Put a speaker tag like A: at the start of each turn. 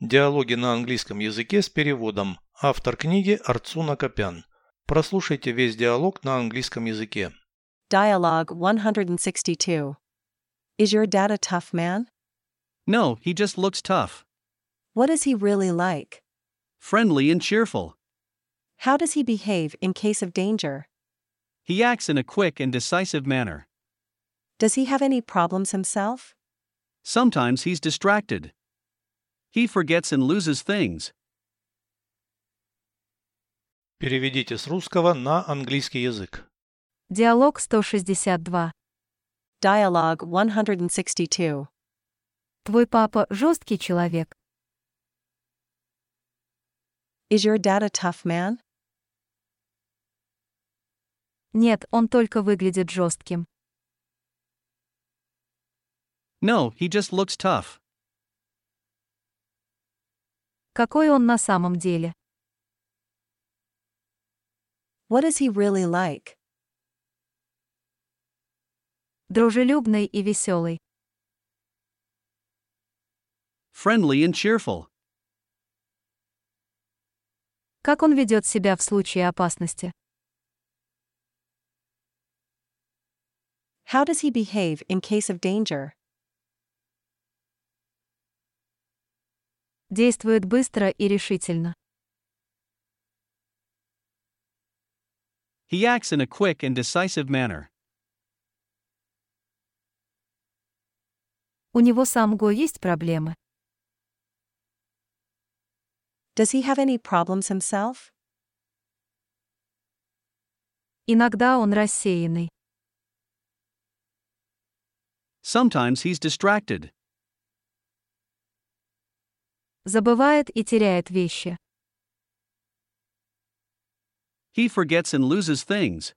A: Диалоги на английском языке с переводом. Автор книги Арцуна Копян. Прослушайте весь диалог на английском языке.
B: Dialogue 162. Is your dad a tough man?
C: No, he just looks tough,
B: What is he really like?
C: friendly, and cheerful.
B: How does he behave in case of danger?
C: He acts in a quick and decisive manner.
B: Does he have any problems himself?
C: Sometimes he's distracted. He forgets and loses things.
A: Переведите с русского на английский язык.
D: Диалог 162.
B: Dialogue 162.
D: Твой папа жесткий человек.
B: Is your dad a tough man?
D: Нет, он только выглядит жестким.
C: No, he just looks tough.
D: Какой он на самом деле?
B: What is he really like?
D: Дружелюбный и веселый.
C: Friendly and cheerful.
D: Как он ведет себя в случае опасности?
B: How does he behave in case of danger?
D: Действует быстро и решительно.
C: He acts in a quick and decisive manner.
D: У него самого есть проблемы.
B: Does he have any problems himself?
D: Иногда он рассеянный.
C: Sometimes he's distracted.
D: Забывает и теряет вещи.
C: He forgets and loses things.